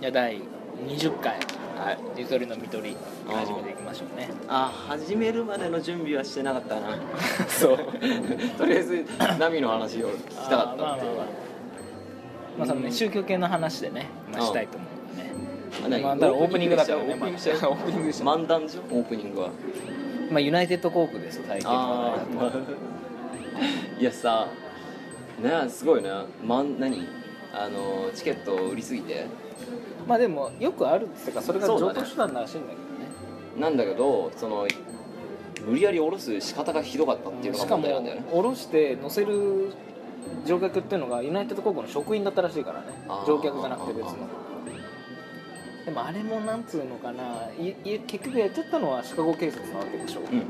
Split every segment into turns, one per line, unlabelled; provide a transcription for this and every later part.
じゃあ第20回
はい
ゆとりのみとり始めていきましょうね
あ始めるまでの準備はしてなかったな
そう
とりあえずナミの話を聞きたかったっていう
あーまあまあまあまあそのね宗教系の話でね、まあ、
うん
したいと思うんでね
あ何
まあだからオープニングだからね
オープニングでしたよ
まあオープニングでした
漫談でしょオープニングは
まあユナイテッド航空ですよ最近の話だ
あ
と
あ、いやさねすごいねまん何あのチケットを売りすぎて
まあでもよくあるっつうかそれが
そう
常
だね
套手段らしいんだけ
なんだけどその無理やり下ろす仕方がひどかったっ
どね、
ていうの
し
が
か
問
も
題なんだよね
降ろして乗せる乗客っていうのがユナイテッド航空の職員だったらしいからね
あー
乗客じゃなくて別
あー
のでもあれもなんつうのかないい結局やっちゃったのはシカゴ警察なわけでしょ、
うん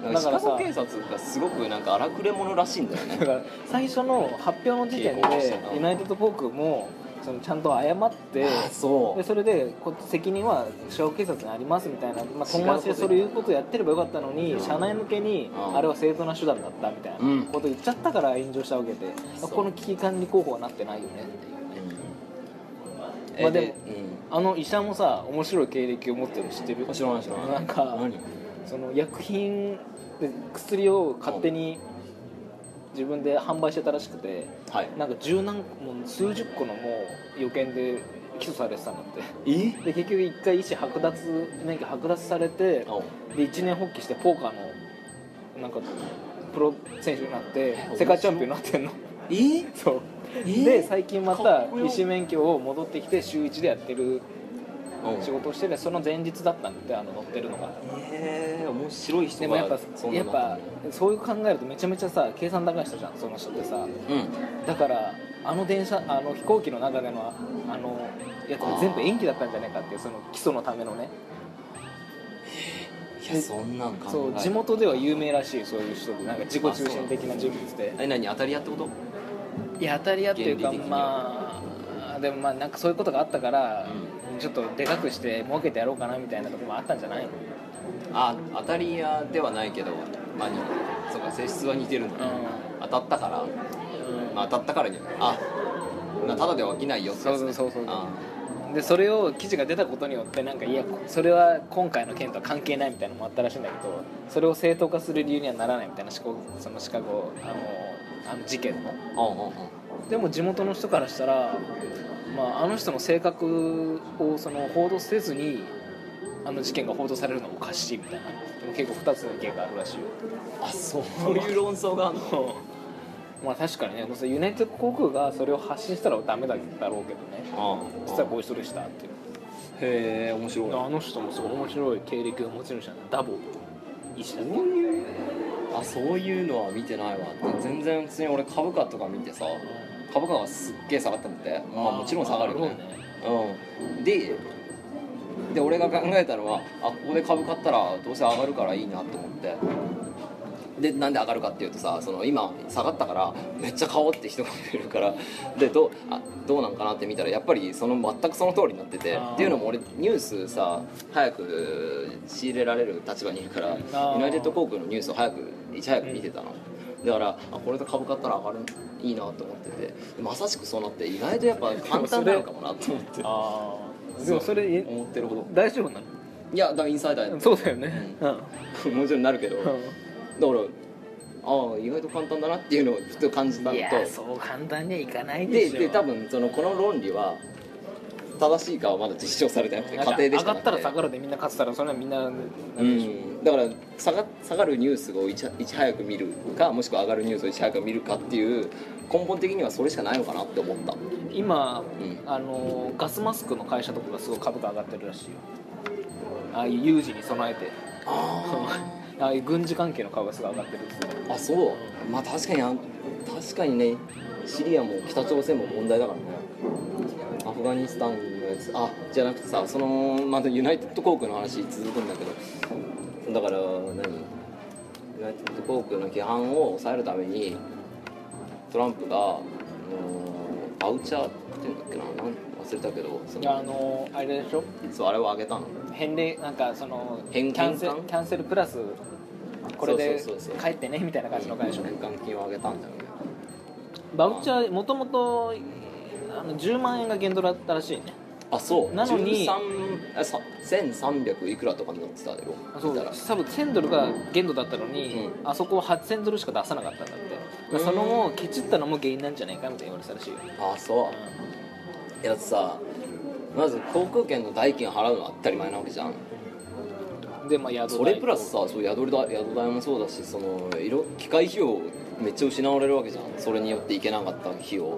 だ
だ
か
から
さ
らシカゴ警察がすごくなんか荒くれ者らしいんだよね
だから最初の発表の時点
警報して
で
た
ユナイテッド航空もそのちゃんと謝って
あーそ
でそれでこ責任は司法警察にありますみたいな、まあ、
違うこと
友達でそれ言うことやってればよかったのに、社内向けに
うん
あれは正当な手段だったみたいな
うん
こと言っちゃったから炎上したわけで、
そう
この危機管理候補はなってないよねっていう
え
まあでも
でうん
あの医者もさ面白い経歴を持ってるの知ってる
あ知らない知らない
なんか
何
その薬品で薬を勝手に自分で販売してたらしくて、
はい
なんか十何もう数十個のもう予見で起訴されてたんだっ
え
てで結局一回医師剥奪免許剥奪されて
お
で一年発起してポーカーのなんかプロ選手になって
え
世界チャンピオンになってんの
え
そう、
え
で最近ま
か
た
っこよ
医師免許を戻ってきて週一でやってる
うん
仕事をしててその前日だったんだってあの乗ってるのが
えー面白い人
で
が
もやっぱ
そんな
やっ
のあ
ぱ
たんだ
そういう考えるとめちゃめちゃさ計算高い人じゃんその人ってさ
うん
だからあの電車あの飛行機の中でのあのやつが全部延期だったんじゃないかっていうその基礎のためのね
いやそんなん考え
そう地元では有名らしいそういう人でなんか自己中心的な人物で
え何当たり屋ってこと
いや当たり屋っていうか
原理的には
まあでもまあなんかそういうことがあったから、ちょっとでかくして儲けてやろうかなみたいなとこもあったんじゃないの
あ当たり屋ではないけどまあにそうか性質は似てるんだ、当たったから、
うん
まあ、当たったからにあなただでは起きないよってやつね
そうそうそうそう
あ
でそれを記事が出たことによってなんかいやそれは今回の件とは関係ないみたいなのもあったらしいんだけどそれを正当化する理由にはならないみたいなシカゴそのシカゴあのあの事件の
うんうんうん
でも地元の人からしたら、まあ、あの人の性格をその報道せずにあの事件が報道されるのはおかしいみたいなでも結構2つの意見があるらしいよ
あそういう論争があるの
まあ確かにねそのユナイテッド航空がそれを発信したらダメだだろうけどね 実はこういう人でしたっていう
へえ面白い
あの人もすごい面白い経歴を持ち主なんだダボ医師だって
そういうあそういうのは見てないわ全然普通に俺株価とか見てさ株価がすっげえ下がったんだってまあもちろん下がるよねうんでで俺が考えたのはあここで株買ったらどうせ上がるからいいなと思ってでなんで上がるかっていうとさその今下がったからめっちゃ買おうって人がいるからでどうあどうなんかなって見たらやっぱりその全くその通りになってて
あー
っていうのも俺ニュースさ早く仕入れられる立場にいるから
あー
ユナイテッド航空のニュースを早くいち早く見てたの、だからあこれで株買ったら上がるいいなと思っててまさしくそうなって意外とやっぱ簡単なのかもなと思って
ああでもそれえ
思ってるほど
大丈夫なの
いやだからインサイダーや
そうだよねうん、
ともちろんなるけどだからああ意外と簡単だなっていうのをふと感じたの
い
と
やそう簡単にはいかない
で
でしょ
で多分そのこの論理は正しいかはまだ実証されてなくて
な
家
んか
庭でしか
上が
な
ったら
くて
下がるでみんな勝ってたらそれはみんななん
う
でしょ
んだから下が下がるニュースをいちいち早く見るかもしくは上がるニュースをいち早く見るかっていう根本的にはそれしかないのかなって思った
今、
ん
あのガスマスクの会社とかがすごい株価上がってるらしいよああいう有事に備えて
あ
ああいう軍事関係の株がすごい上がってるっつって
あそうまあ確かにあ確かにねシリアも北朝鮮も問題だからねアフガニスタンのやつあじゃなくてさそのまたユナイテッド航空の話続くんだけどだから何ユナイテッド航空の批判を抑えるためにトランプがうーんバウチャーっていうんだっけななん忘れたけどそ
あ
の
のあれでしょ
そうあれをあげたの
返礼なんかそのキ
返
ャンセル
返還
キャンセルプラスこれで
そうそうそうそう
帰ってねみたいな感じの会社
返還金をあげたんだよね
バウチャーもともとあの10万円が限度だったらしいね
あそう
なのに
13あさ1300いくらとかになってたよ
あそう
見た
だ
ら
多分1000ドルが限度だったのに、あそこは8000ドルしか出さなかったんだって、まあ、その後ケチったのも原因なんじゃないかみたいに言われてたらしいよ、
あそういやだってさまず航空券の代金払うのは当たり前なわけじゃん
うんでまあ宿代と
それプラスさそう宿りだ宿代もそうだしそのいろ機械費用めっちゃ失われるわけじゃんそれによって行けなかった費用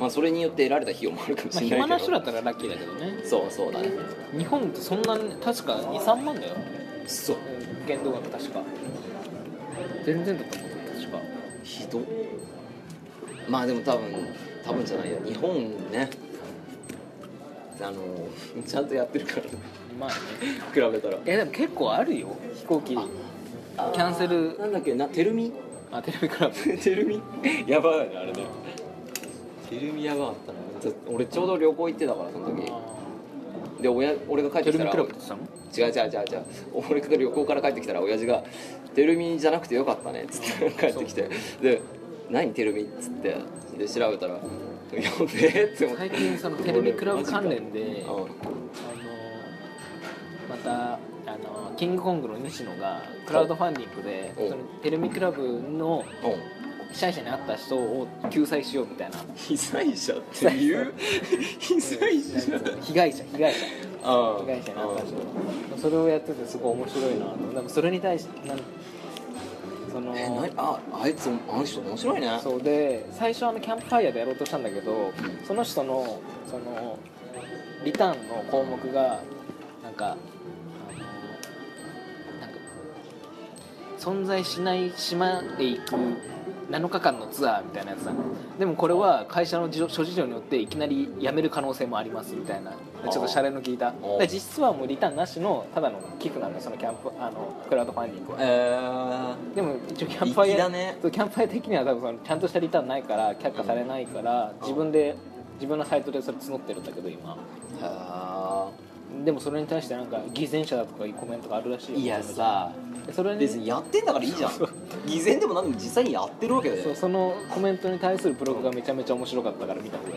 まあそれによって得られた費用もあるかもし
まあ、
れないけど、
暇な人だったらラッキーだけどね
そうそうだね
日本ってそんなに確か23万だよ
そう
うん限度額確か全然だと思う確か
ひどっまあでも多分多分じゃないよ日本ねあのちゃんとやってるから
まあね
比べたら
いやでも結構あるよ飛行機キ
あ
ャンセル
なんだっけなテル ミ
あテレビクラブ
テルミやばいよねあれねテルミやばかったなちょ俺ちょうど旅行行ってたからその時で親俺が帰って
テ
き
レ
た
ビ
ら
クラブって言ってたの
違う違う違う違う俺が旅行から帰ってきたら親父が「テルミじゃなくてよかったね」っつ って帰ってきてで「何テルミ」っつってで調べたら「やべえ」って思って
最近そのテレビクラブ関連で
俺
あの
マジか
またあのキングコングの西野がクラウドファンディングで
お
そのテレビクラブの
うんうん
被災者に会った人を救済しようみたいな
被災者っていう被災者
被害者被害者
あ
被害者になった人それをやっててすごい面白いなとでもそれに対してなんその
えなああいつあの人面白いね
そうで最初あのキャンプファイヤーでやろうとしたんだけどその人のそのリターンの項目がなんかあのなんか存在しない島へ行く7日間のツアーみたいなやつだでもこれは会社の事情諸事情によっていきなり辞める可能性もありますみたいなちょっとシャレの効いた
ー
で実質はもうリターンなしのただの寄付なのよそのキャンプあのクラウドファンディングは
えー
でも一応キャンプファイヤ
粋だ
ー、
ね
そうキャンプファイヤー的には多分そのちゃんとしたリターンないから却下されないから、
ん
自分で自分のサイトでそれ募ってるんだけど今
は
でもそれに対してなんか偽善者だとかいうコメントがあるらしい
ー
よ
いやさ
それに
別にやってんだからいいじゃん偽善でも何でも実際にやってるわけだよ
そうそのコメントに対するブログがめちゃめちゃ面白かったから見たんだよ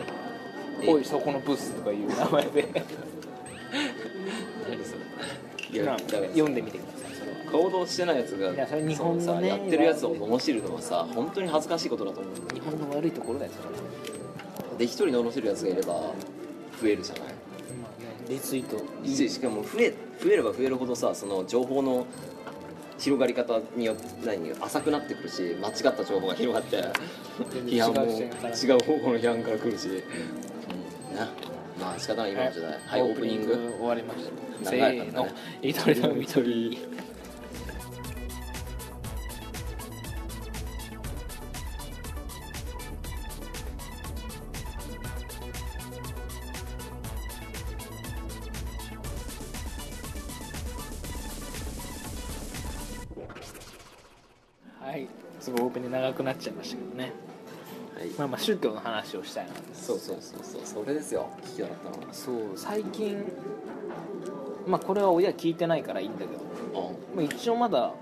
え
おいそこのブスとかいう名前で
何それいや
ま
だ
あ
から
読んでみてくださいそれは
行動してないやつが
いやそれ日本のね
そさやってるやつを罵るのはさ本当に恥ずかしいことだと思う
日本の悪いところだよそれは
で一人罵るやつがいれば増えるじゃない
まあねリツイート
ししかも増え増えれば増えるほどさその情報の広がり方によって何浅くなってくるし間違った情報が広がって
全然
批判も
違う視点から
違う方向の批判からくるし、うん、なまあ仕方ない今の時代はい、オープニング
終わりましたせ
長い
ー
から
の
ね
リトルの緑はいすごいオープニング長くなっちゃいましたけどね
はい
まあまあ宗教の話をしたいな
そうそうそうそうそれですよ聞きたかったの
そう最近まあこれは親聞いてないからいいんだけど
は
まあ一応まだ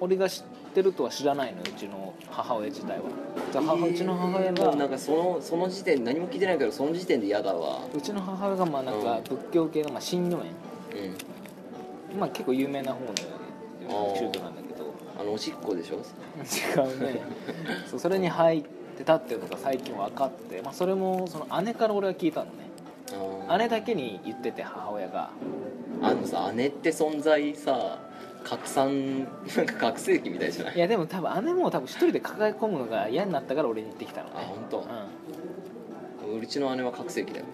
俺が知ってるとは知らないのようちの母親自体はだから母うちの母親
もうなん
が
かそのその時点で何も聞いてないけどその時点で嫌だわ
うちの母親がまあなんか仏教系のまあ信如園
うん
まあ結構有名な方の
あー
宗教なんだけど
あのおしっこでしょ
違うねそうそれに入ってたっていうのが最近分かって、まあ、それもその姉から俺は聞いたのね
あ
姉だけに言ってて母親が
あのさ姉って存在さ拡散なんか拡声器みたいじゃない
いやでも多分姉も多分一人で抱え込むのが嫌になったから俺に言ってきたの
あ
ね
本当
う。ん
うちの姉は拡声器だよ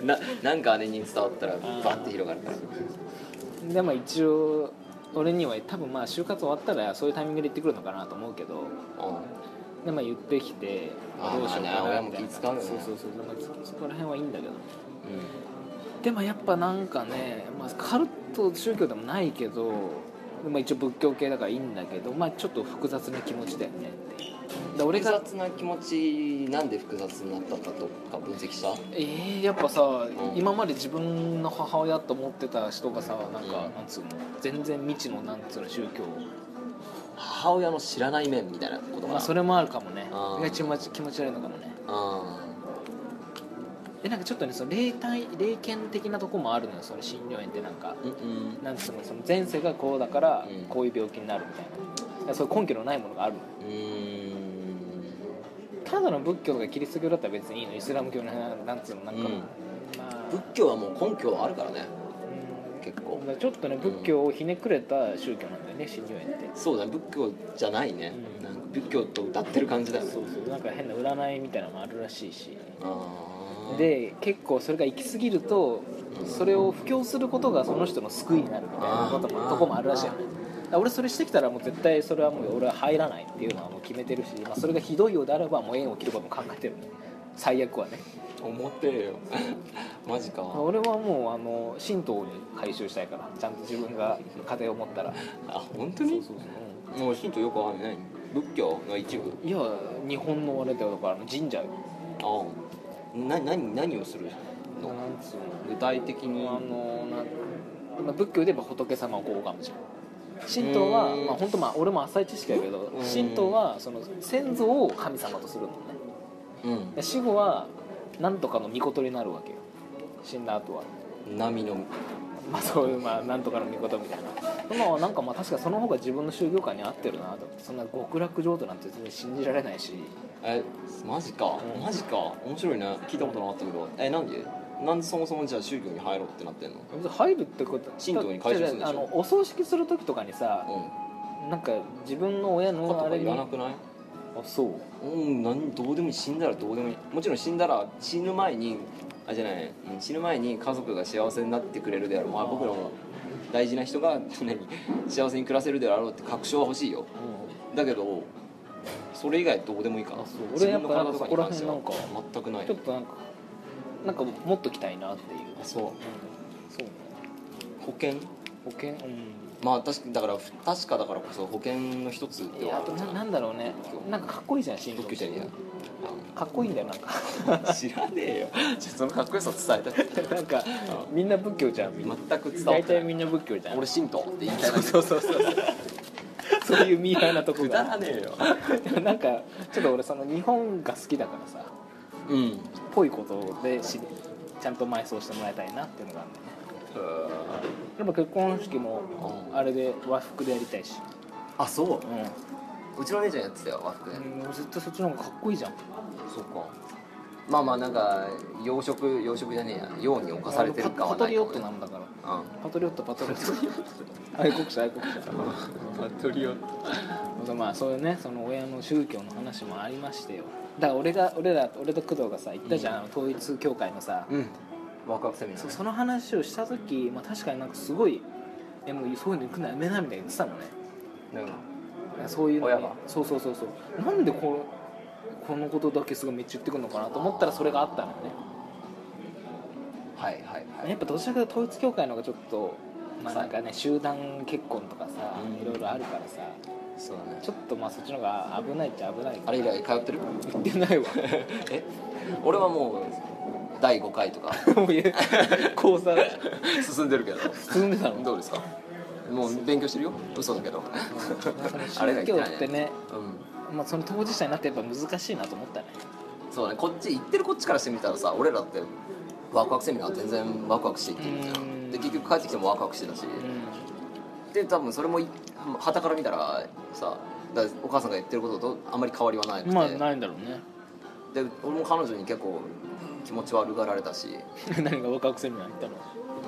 ななんか姉に伝わったらバッて広がるから
でまあ一応俺には多分まあ就活終わったらそういうタイミングで言ってくるのかなと思うけど
う
でまあ言ってきて
あー
どうしようか
まあね
な
親も
みたいな
気使うよね
そうそうそうでもそこら辺はいいんだけど
ん、
でもやっぱなんかね、まあ、カルト宗教でもないけどでも一応仏教系だからいいんだけどまあちょっと複雑な気持ちだよねっていうだから
俺
俺
が
が
複雑な気持ちなんで複雑になったかとか分析した
えー、やっぱさ、
ん
今まで自分の母親と思ってた人がさなんか、
うん
なんつうの全然未知のなんつうの宗教、
母親の知らない面みたいなことかな、
まあ、それもあるかもね
あー
意外と気持ち気持ち悪いのかもね
あ
でなんかちょっとねその霊体霊験的なとこもあるのよその心療炎ってなんか
うんうん
なんつうのその前世がこうだから
うん
こういう病気になるみたいな、だからそういう根拠のないものがあるのよ
うーん
ただの仏教とかキリスト教だったら別にいいのイスラム教のなんつうのなんか、
うん
まあ
仏教はもう根拠はあるからね
うん
結構
だからちょっとね仏教をひねくれた宗教なんだよね新入園って
そうだね仏教じゃないね、
うん
なんか仏教と歌ってる感じだよね
そうそうなんか変な占いみたいなのもあるらしいし
あー
で結構それが行き過ぎるとそれを布教することがその人の救いになるみたいなこと
あ
も
ー
とこもあるらしいよねだから俺それしてきたらもう絶対それはもう俺は入らないっていうのはもう決めてるし、まあ、それがひどいようであればもう縁を切ることも考えてるね最悪はね
思ってるよ マジか
俺はもうあの神道に改宗したいからちゃんと自分が家庭を持ったら
あ本当にもうヒントよくわかんない仏教の一部
うんいや日本のあれだよだからあの神社よ
ああな何何をするの
なんつう
具体的に
のあのな、まあ、仏教で言えば仏様をこう拝むじゃん神道は
うん
まあ本当まあ俺も浅い知識だけど
うん
神道はその先祖を神様とするのね
うん
で死後は何とかの御事になるわけよ死んだ後は
波の
まあそういうまあなんとかの御事みたいなまあなんかまあ確かその方が自分の宗教観に合ってるなと思ってそんな極楽浄土なんて全然信じられないし
えマジか
うん
マジか面白いね聞いたことなかったけどえなんでなんでそもそもじゃあ宗教に入ろうってなってんの
別に入るってこと
神道に改宗するんでしょ
あのお葬式する時とかにさ
う
なんか自分の親
んか
の
と
あ
か
れ
い
に
らな
あ
くない
そう
うん何どうでもいい死んだらどうでもいいもちろん死んだら死ぬ前にあじゃないうん死ぬ前に家族が幸せになってくれるであろう、まあ、僕らも大事な人が何幸せに暮らせるであろうって確証は欲しいよ
う
だけどそれ以外どうでもいいから
あそう俺やっぱ
自分の体とかに関しては
なんかそこら辺
全くなんい
ちょっとなんかなんかもっと来たいなっていう
あそう
そう
保険
保険
まあ確かだから不確かだからこそ保険の一つ
い
で
やあ
はあ
と
るんじ
な
ゃない
なんだろうねなんかかっこいいじゃん新
特
聞
許じゃね
かっこいいんだよなんか
えや知らねえよ ちょっとそのかっこよさ伝えたくて
なんかみんな仏教じゃんみんな
全く伝わっ
大体
てない
みんな仏教じゃん
俺神道って言いたい
そ
だ
う
け
そうそうそうそういうミーハーなとこ
くだら
が
ねえよ
でも なんかちょっと俺その日本が好きだからさ
うん
ぽいことでしちゃんと埋葬してもらいたいなっていうのがあるんだよねやっぱ結婚式もあれで和服でやりたいし
あそうううちの姉ちゃんやってたよ和服で
ん、絶対そっちの方がかっこいいじゃん
そうかまあまあなんか養殖養殖じゃねえや用に侵されてるか
パ
は
パト
ない
リ
か
オ
も
ッ
ね
トなんだから
うん
パトリオットパトリオット 愛国者愛国者
パトリオット
まあそういうねその親の宗教の話もありましてよだから俺が俺ら俺と工藤がさ言ったじゃん、あの統一教会のさ、
うんワクワクセミナ
そ
ー
その話をした時、まあ、確かになんかすごい「えもうそういうの行くのやめな」みたいに言ってたのね
なんか
そういうの
親が
そうそうそうそうなんでこのこのことだけすごいめっちゃ言ってくるのかなと思ったらそれがあったのよ
はいはいは
ね
い
やっぱどちらかというと統一教会の方がちょっとまあ
さ
なんかね集団結婚とかさ
うん
いろいろあるからさ
そうだね
ちょっとまあそっちの方が危ないっちゃ危ない
あれ以来通ってる
言ってない わ
え俺はもう第5回とか
もう言講座
進んでるけど
進んでたの
どうですかもう勉強してるよ嘘だけどあれが
宗
言
教
ってないね
ってね
うん
まあその当事者になってやっぱ難しいなと思ったね
そうだねこっち行ってるこっちからしてみたらさ俺らってワクワクセミナー全然ワクワクしていってるみたいな
うん
で結局帰ってきてもワクワクしてたし
うん
で多分それもいはたから見たらさだからお母さんが言ってることとあんまり変わりはないくて、
まあないんだろうね
で俺も彼女に結構気持ち悪がられたし
何が若くせるのに言った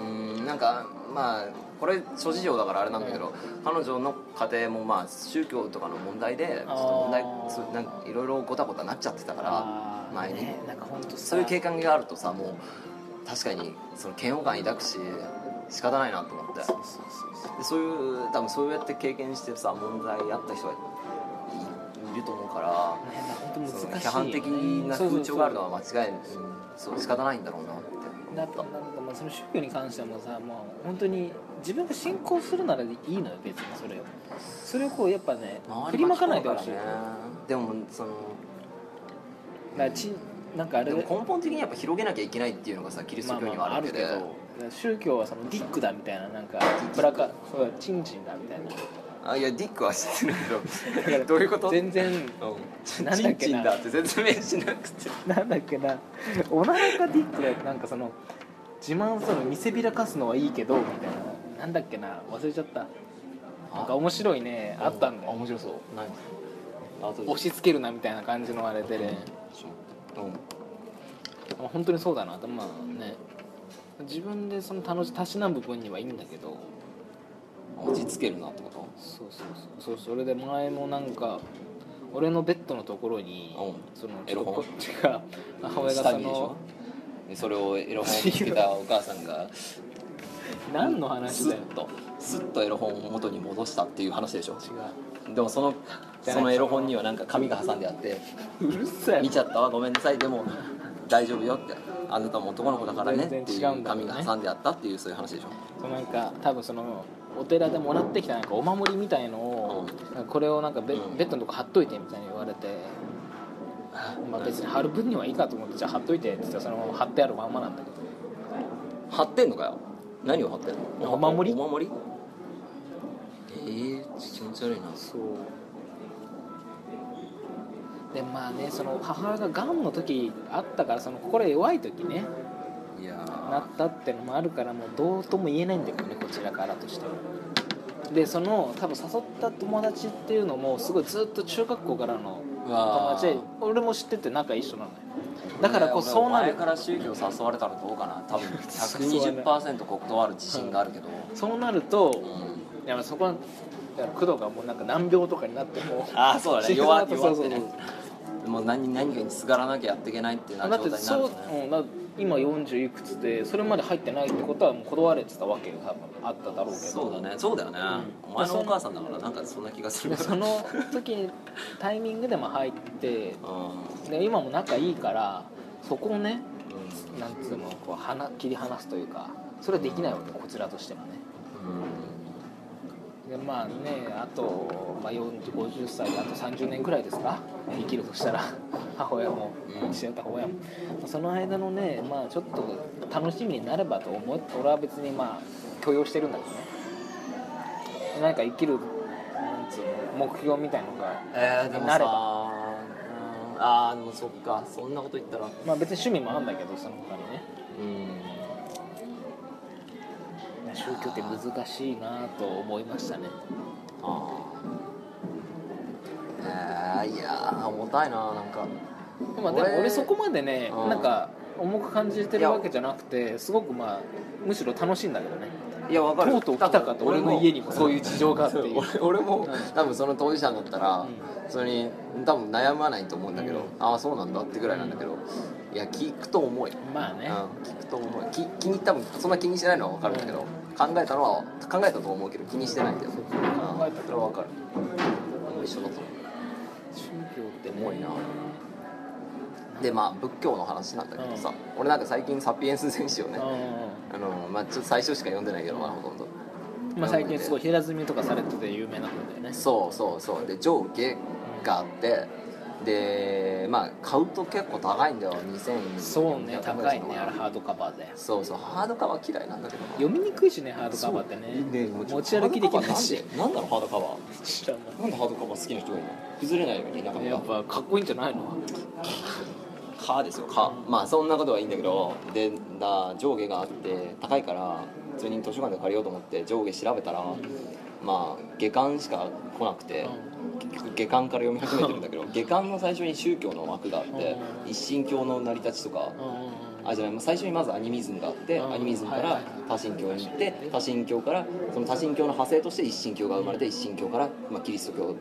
の
うーんなんかまあこれ諸事情だからあれなんだけど、彼女の家庭もまあ宗教とかの問題でちょっと問題
あー
そうなんかいろいろごたごたなっちゃってたから
あー
前に、
ねなんか本当
そういう経験があるとさもう確かにその嫌悪感抱くし仕方ないなと思って
そうそうそうそう
でそういう多分そうやって経験してさ問題あった人がいいると思うから。
ね本
そ
当
の
難しい
批判的な風潮があるのは間違いない
そうそう
そう仕方ないんだろうなって
だとなんかまあその宗教に関してもさもう本当に自分が信仰するならいいのよ別にそれをそれをこうやっぱね振りまかないでほしい
ね
だか
でもその
らちなんかあれ
でも根本的にやっぱ広げなきゃいけないっていうのがさキリス
まあ
ト教に
ま
は
あ
あ
あ
る
る
わ
け
けで
ど宗教はそのディックだみたいななんかブラカそうだチンチンだみたいな
あいやディックは知ってるけ
だから
どどういうこと
全然
うん
なんだっけな
チンチンだって説明しなくて
なんだっけなおならかディックだなんかその自慢するの見せびらかすのはいいけどみたいななんだっけな忘れちゃったなんか面白いねあったんだよ
面白そう何あと
押し付けるなみたいな感じのあれでね
う
本当にそうだなとまあね自分でその楽し足しなん部分にはいいんだけど
ん落ち着けるなってこと
そうそうそうそうそれで前もなんか俺のベッドのところに
う
その
エロ本
こっちが母親が
下
そ
着でしょ
の
でそれをエロ本を見つけたお母さ んが
何の話
ス
だよ
ッとスッとエロ本を元に戻したっていう話でしょ
違
でもそのそのエロ本にはなんか紙が挟んで あって
ううるさ
「見
い
ちゃったわごめんなさいでも大丈夫よ」って「あなたも男の子だからね」って
全
い
然違う
うん
だろう
紙
ね
が挟んであったっていうそういう話でしょ
そうなんか多分そのお寺でもらってきたなんかお守りみたいのを、なんかこれをなんかベ,、
うん
ベッドのとこ貼っといてみたいに言われて、まあ、別に貼る分にはいいかと思ってじゃあ貼っといてって言ってそのまま貼ってあるまんまなんだけど
貼ってんのかよ何を貼ってんの
お守り
お守りえー、気持ち悪いな
そうでまあねその母親ががんの時あったからその心弱い時ね
いや
なったってのもあるからもうどうとも言えないんだけどねこちらからとしてはでその多分誘った友達っていうのもすごいずっと中学校からの
う
友
わー
達で俺も知ってて仲一緒なのよだからこうそうな
俺お
る
前から宗教誘われたらどうかな多 分
誘わ
120%断る自信があるけど、
そうなると
うん
いやそこはだから工藤がもうなんか難病とかになっても
ああそうだね
心臓
弱っ
と
て弱って
そう
ね
そうそう
もう何何かにすがらなきゃやっていけないっていうよう
だ
な
って
状態に
そ
なる
う、
んだね
うん、だって今40いくつでそれまで入ってないってことはもう断れてたわけよ多分あっただろうけど
そうだねそうだよね、
うん
お前のお母さんだからなんかそんな気がする
でその時にタイミングでも入って
う
で今も仲いいからそこをね
んうん
なんつうのこう話切り離すというかそれはできないわけこちらとしてはねでまあねあと、まあ、40 50歳であと30年くらいですか生きるとしたら 母親も
うん
父親と母親もその間のねまあちょっと楽しみになればと思って俺は別にまあ許容してるんだけどね何か生きるなんつうの目標みたいのが
えー、でも
な
さ
れば
うんあーでもそっかそんなこと言ったら
まあ別に趣味もあるんだけどその他にね
うん
宗教って難しいなと思いましたね
あーえー、いやー重たいななんか
でもでも
俺
俺そこまでね
うん
なんか重く感じてるわけじゃなくてすごくまあむしろ楽しいんだけどね
いやわかる
とうとう来たかと俺の家にもそういう事情があって
そう俺 俺も多分その当事者だったら、
う
それに多分悩まないと思うんだけど、
うん
ああそうなんだってぐらいなんだけど、いや聞くと思うよ、
まあ
うん、
ね
聞くと思うき気に多分そんな気にしてないのは分かるんだけど、考えたのは考えたと思うけど気にしてないんだよ、
そう
う
そうん考えた
それは分かる俺も一緒だと思
宗教って
う重いなでまあ仏教の話なんだけどさ、俺なんか最近「サピエンス全史」をね、
う
あのまあ、ちょっと最初しか読んでないけど、まあ、ほとんど
んまあ最近すごい平積みとかされてて有名な本だよね
そうそうそうで上下があってでまあ買うと結構高いんだよ2000
そうね高いねあれ
ら
ハードカバーで
そうそうハードカバー嫌いなんだけど
読みにくいしねハードカバーってね持ち歩きできないし
何なのハードカバ
知らない
ーなんでハードカバー好きな人がいるの崩れないようになんか
やっぱかっこいいんじゃないの
カーですよカーまあそんなことはいいんだけどでだ上下があって高いから普通に図書館で借りようと思って上下調べたらまあ下巻しか来なくて、下巻から読み始めてるんだけど下巻の最初に宗教の枠があって
うん
一神教の成り立ちとか
うんうんうん
あじゃない最初にまずアニミズムがあって
うん
アニミズムか
はいは
ら
いはい
多神教に行って多神教からその多神教の派生として一神教が生まれて一神教から、まあ、キリスト教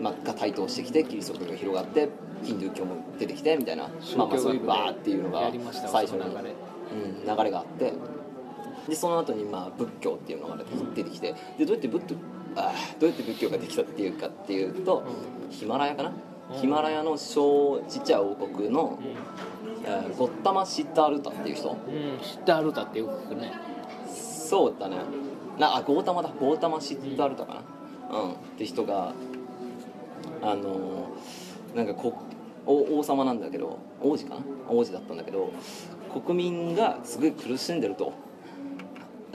まあが台頭してきてキリスト教が広がってヒンドゥー教も出てきてみたいな、まあ、まあそういうバーっていうの
や
が
りましたわ
最初に、
その流れ
うん、流れがあってでその後にまあ仏教っていうのが出てきてでどうやって仏あーどうやって仏教ができたっていうかっていうと、ヒマラヤかな、
うん
ヒマラヤの小ちっちゃい王国の、えーゴッタマ・シッタールタっていう人
うん、知ってあるだってよく聞くね
そうだねなあゴータマだゴータマ・シッタールタかなうん、って人があのーなんかこ王王様なんだけど王子かな王子だったんだけど国民がすごい苦しんでると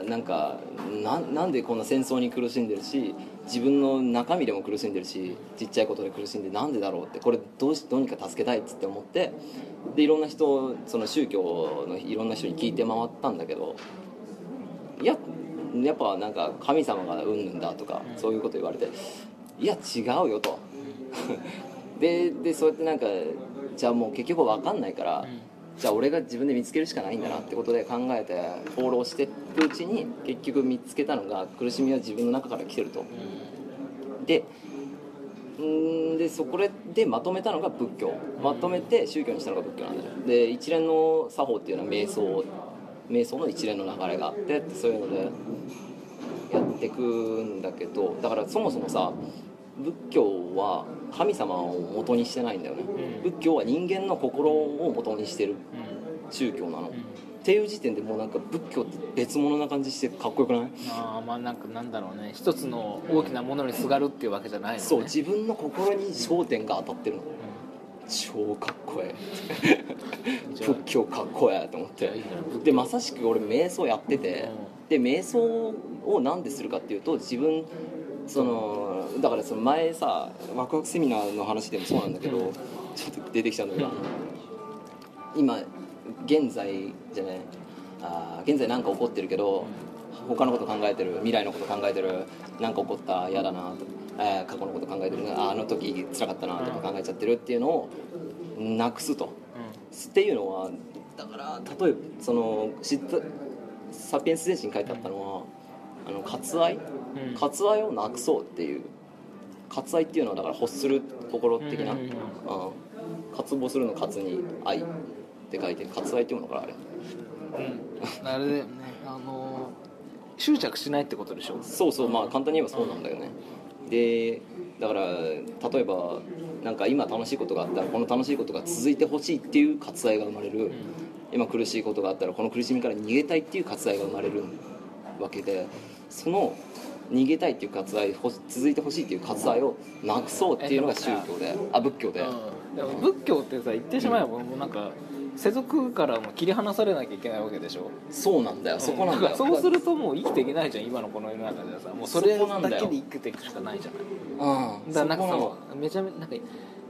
なんかななんでこんな戦争に苦しんでるし自分の中身でも苦しんでるしちっちゃいことで苦しんでなんでだろうってこれどうしどうにか助けたいっつって思ってでいろんな人その宗教のいろんな人に聞いて回ったんだけどいややっぱなんか神様がうんぬんだとかそういうこと言われていや違うよと ででそうやってなんかじゃあもう結局分かんないから、じゃあ俺が自分で見つけるしかないんだなってことで考えて放浪していくうちに結局見つけたのが苦しみは自分の中から来てるとでうーんでそこでまとめたのが仏教まとめて宗教にしたのが仏教なんだよで一連の作法っていうのは瞑想瞑想の一連の流れがあってってそういうのでやってくんだけどだからそもそもさ仏教は神様を元にしてないんだよね仏教は人間の心を元にしてる宗教なのっていう時点でもうなんか仏教って別物な感じしてかっこよくない
あーまあなんかなんだろうね一つの大きなものにすがるっていうわけじゃないのね
そう自分の心に焦点が当たってるの超かっこええ
じゃあ
仏教かっこええと思っ
じゃあいい
て
んじゃない
でまさしく俺瞑想やっててで瞑想をなんでするかっていうと自分そのだからその前さワクワクセミナーの話でもそうなんだけど、
うん
ちょっと出てきちゃうんだけど、
うん
今現在じゃないあー現在なんか起こってるけど、他のこと考えてる未来のこと考えてるなんか起こった嫌だなと、えー過去のこと考えてるあーあの時辛かったなとか考えちゃってるっていうのをなくすと。っていうのはだから例えばその知ったサピエンス全史に書いてあったのはあの割愛
うんうん
割愛をなくそうっていう割愛っていうのはだから欲する心的な、
う
うん
うんうん
ん、渇望するの渇に愛って書いて割愛っていうのからあれ
うんあれだよねあのー執着しないってことでしょ
そうそうまあ簡単に言えばそうなんだよねでだから例えばなんか今楽しいことがあったらこの楽しいことが続いてほしいっていう割愛が生まれる、今苦しいことがあったらこの苦しみから逃げたいっていう割愛が生まれるわけでその逃げたいっていう割愛ほ続いてほしいっていう割愛をなくそうっていうのが宗教であ仏教で、
うんでも仏教ってさ言ってしまえばもうなんか世俗からも切り離されなきゃいけないわけでしょ
そうなんだよそこなんだよ、
うそうするともう生きていけないじゃん今のこの世の中ではさもうそれ
そこなん
だ
だよ
けで生きていくしかないじゃない
うん、
だからなんか
そこなの
さめちゃめちゃなんか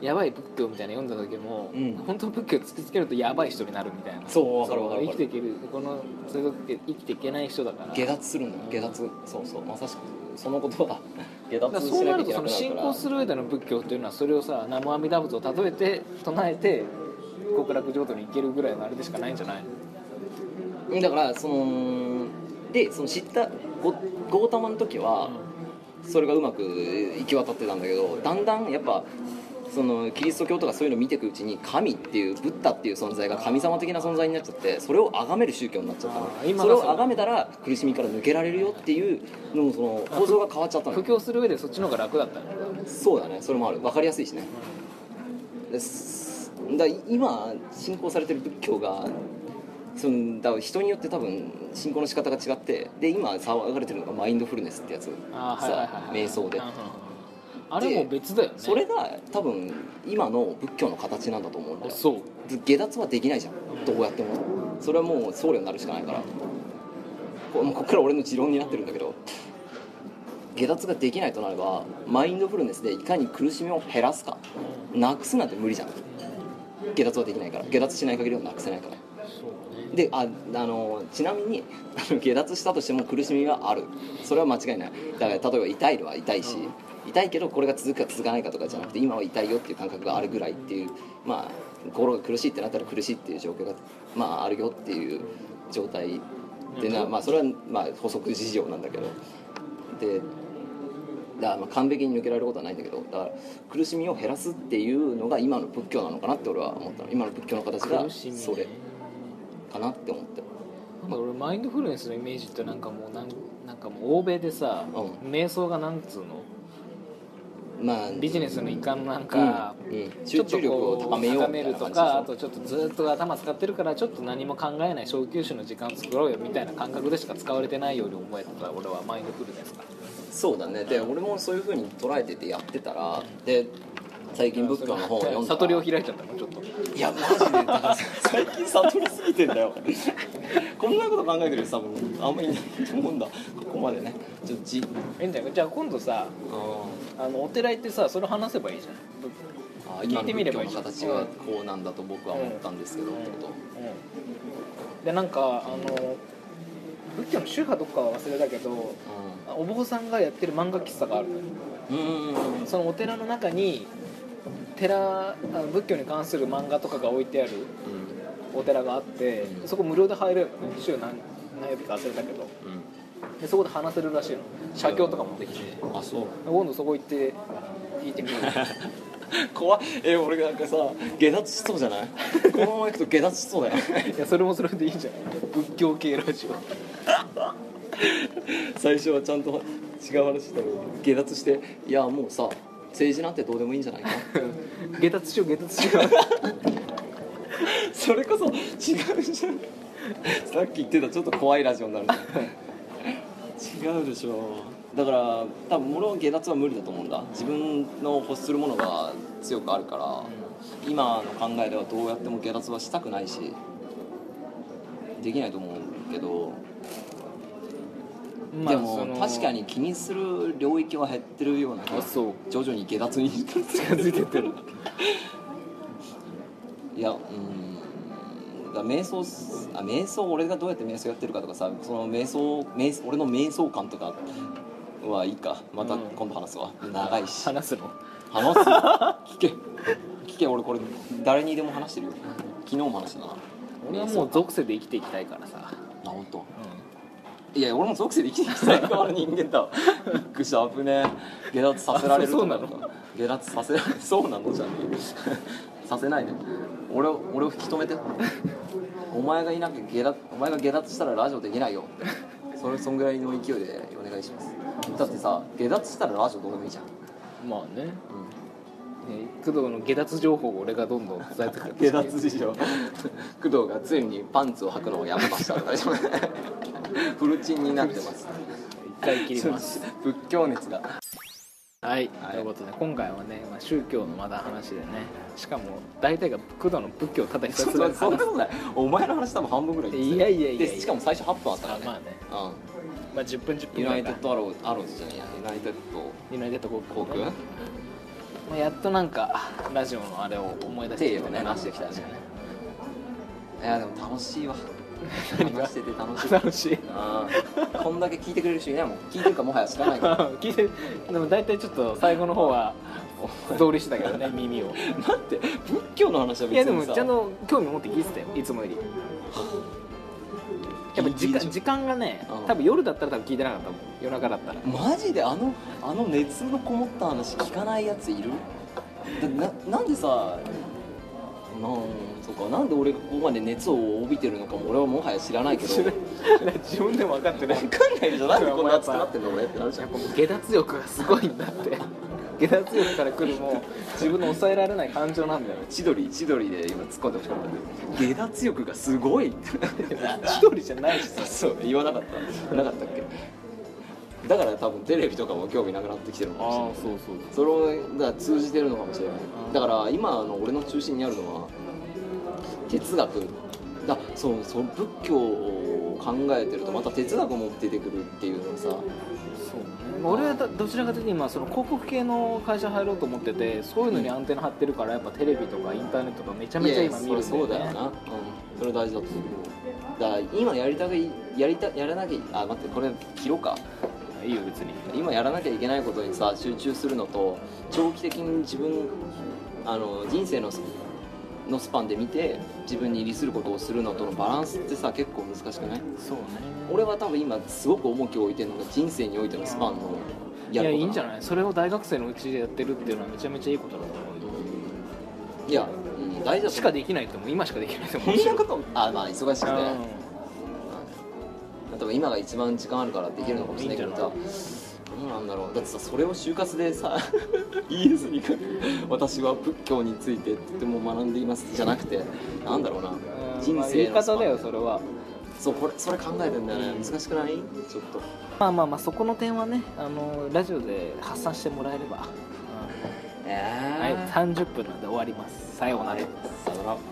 やばい仏教みたいなの読んだ時も、
うん
本当仏教突きつけるとやばい人になるみたいな
そうわかるわかる
生きていけるこのそれだけ生きていけない人だから
下
だか
脱するんだよ下脱そうそうまさしくその言葉 だ下
ら
脱
そうな
しなきゃ
ると
いけ
その
なくなる
信
か
仰
ら
する上での仏教っていうのはそれをさ南無阿弥陀仏を例えて唱えて極楽浄土に行けるぐらいのあれでしかないんじゃないの
だからそのでその知ったゴゴータマの時は、それがうまく行き渡ってたんだけどだんだんやっぱそのキリスト教とかそういうの見ていくうちに神っていうブッダっていう存在が神様的な存在になっちゃってそれを崇める宗教になっちゃったの
あー今
そ
が
れ
そう
を崇めたら苦しみから抜けられるよっていうのもその構造が変わっちゃったの
布教する上でそっちの方が楽だったの
そうだねそれもある分かりやすいしねですだ今信仰されてる仏教がそのだから人によって多分信仰の仕方が違ってで今騒がれてるのがマインドフルネスってやつ
あーはいはいはい
さ
はい
瞑想で
うんうんうんあれも別だよね
それが多分今の仏教の形なんだと思うんだ
あ
よ
そう
下脱はできないじゃんどうやってもそれはもう僧侶になるしかないからこもうここから俺の持論になってるんだけど下脱ができないとなればマインドフルネスでいかに苦しみを減らすかなくすなんて無理じゃん下脱はできないから下脱しない限りはなくせないから
そうね
でああのちなみにあの下脱したとしても苦しみはあるそれは間違いないだから例えば痛いのは痛いし、痛いけどこれが続くか続かないかとかじゃなくて今は痛いよっていう感覚があるぐらいっていうまあ心が苦しいってなったら苦しいっていう状況がまああるよっていう状態でな、まあ、それはまあ補足事情なんだけどでだからまあ完璧に抜けられることはないんだけどだから苦しみを減らすっていうのが今の仏教なのかなって俺は思ったの今の仏教の形が
苦しみね
それかなって思って。
なんか俺マインドフルネスのイメージってなんかもうなんなんかもう欧米でさ、
う
瞑想がなんつうの
まあ、
ビジネスの一環のなんか、
うんうん
ちょ
集
っとこう
中力を高めよう
高
みた
め
い
る
な
と
感じ
かあとちょっとずっと頭使ってるからちょっと何も考えない小休止の時間作ろうよみたいな感覚でしか使われてないように思えた俺はマインドフルネスか
そうだねで俺もそういうふうに捉えててやってたらで最近仏教の本を読んだら
悟りを開いちゃったのちょっと
いやマジでだから最近悟りすぎてんだよ こんなこと考えてる人多分あんまりいないと思うんだここまでねちょっとじ
えんちゃんじゃあ今度さあのお寺行ってさそれ話せばいいじゃん
あ
聞いてみればいい
今の仏教の形がこうなんだと僕は思ったんですけどってこと
うんでなんかあの仏教の宗派どっかは忘れたけどお坊さんがやってる漫画喫茶があるのよ
うんうんうん
そのお寺の中に寺あの仏教に関する漫画とかが置いてあるお寺があって
うん
そこ無料で入れるのね週何何曜日か忘れたけどでそこで話せるらしいの写経とかもできて
うんあそう
今度そこ行って聞いてみる
怖いえ俺なんかさ下脱しそうじゃない このままいくと下脱しそうだよ
いやそれもそれでいいじゃん仏教系ラジオ
最初はちゃんと違う話したけど下脱していやもうさ政治なんてどうでもいいんじゃないか
下達しよう下達しよう
それこそ違うじゃん さっき言ってたちょっと怖いラジオになるじゃん違う でしょだから多分俺は下脱は無理だと思うんだ自分の欲するものが強くあるから今の考えではどうやっても下脱はしたくないしできないと思うけど
まあ
で
そ
も
の
確かに気にする領域は減ってるような気が
あ
する
そう
徐々に下脱に近づいてってるいやうんだから瞑想すあ瞑想俺がどうやって瞑想やってるかとかさその瞑想瞑想俺の瞑想感とかはいいかまた
うん
今度話すわ、長いし
話すの
話すよ聞け聞け俺これ誰にでも話してるよ昨日も話したな
俺はもう
瞑想
属性で生きていきたいからさ、
あ本当。いや俺も属性で生きてきた側の人間 だわびっくりした危ねえ下脱させられる
あそうなの
とか下脱させられそうなのじゃねえさせないで俺を俺を引き止めてお前がいなきゃ下脱お前が下脱したらラジオできないよそれそんぐらいの勢いでお願いしますだってさ下脱したらラジオどうでもいいじゃん、
まあねね工藤の下脱情報を俺がどんどん伝えてくる
下脱事情 工藤がついにパンツを履くのをやめました大丈夫 フルチンになってます
一回切ります
仏教熱が
はい、
はい
ということで今回はね、まあ、宗教のまだ話でねしかも大体が工藤の仏教をただひた
そ
す
ん
ら
な
話
そんなことないお前の話多分半分ぐらいですよ
いやいやいやいや
でしかも最初8分あったから
あ
ね,、
まあね、
う
まあ、10分10
ん、
分
ユ
ぐ
ナ
らい
イテ
か
ッドアローアローズじゃねえやユナイテッ
ユナイテッド航
ド
空
航空
まあ、やっとなんかラジオのあれを思い出して
手をねなしてきたよねいやでも楽しい わ
何が
話してて楽しい
楽しい
あーこんだけ聞いてくれる人いないもん聞いてるかもはや知らないから
聞いてでも大体ちょっと最後の方は通りしてたけ どね耳を
待って仏教の話はい
やでもちゃんと興味持って聞いてたよいつもよりやっぱ時間時間がね
うん
多分夜だったら多分聞いてなかったもん夜中だったら
マジであのあの熱のこもった話聞かないやついるだななんでさなんそうかなんで俺がここまで熱を帯びてるのかも俺はもはや知らないけど分
自分でも分かってないやっ
かんないでしょなんでこんな熱くなってんの俺ってなるじゃ
ぱ
ん
もう下脱欲がすごいんだって下脱欲から来るもう自分の抑えられない感情なんだよね
千鳥千鳥で今突っ込んでほしかったんで下脱欲がすごいって
一人じゃないしさ
そう言わなかったなかったっけだから多分テレビとかも興味なくなってきてるのかもしれない
そうそう
それをだから通じてるのかもしれないだから今の俺の中心にあるのは哲学だそうそう仏教を考えてるとまた哲学も出てくるっていうのがさ
俺はどどちらかというと今その広告系の会社入ろうと思っててそういうのにアンテナ張ってるからやっぱテレビとかインターネットとかめちゃめちゃ今見
いや
るん
いやそうそうだよな、うん、それ大事だと思うだから今やりたくいやりたやらなきゃあ待ってこれ切ろうか
いいよ別に
今やらなきゃいけないことにさ集中するのと長期的に自分あの人生のスのスパンで見て自分に利することをするのとのバランスってさ結構難しくない
そうね
俺は多分今すごく重きを置いてるのが人生においてのスパンの
いやいいんじゃ
い
ないそれを大学生のうちでやってるっていうのはめちゃめちゃいいことだと思
いや、うん、大事だと思う
うしかできないと思う今しかできないと
そ
思うん
なことあまあ忙しく て
うん
多分今が一番時間あるからできるのかもしれないけどさ
い
どうなんだろうだってさそれを就活でさ ES に書く私は仏教についてとても学んでいますじゃなくてなんだろうな
うんま
人
あ言い
生のスパ
方
ン
だよそれは
そうこれそれ考えてんだよね難しくないちょっと
まあまあまあそこの点はねあのラジオで発散してもらえれば、
え
ねえ
はい、30分なんで終わりますさようなら
さよなら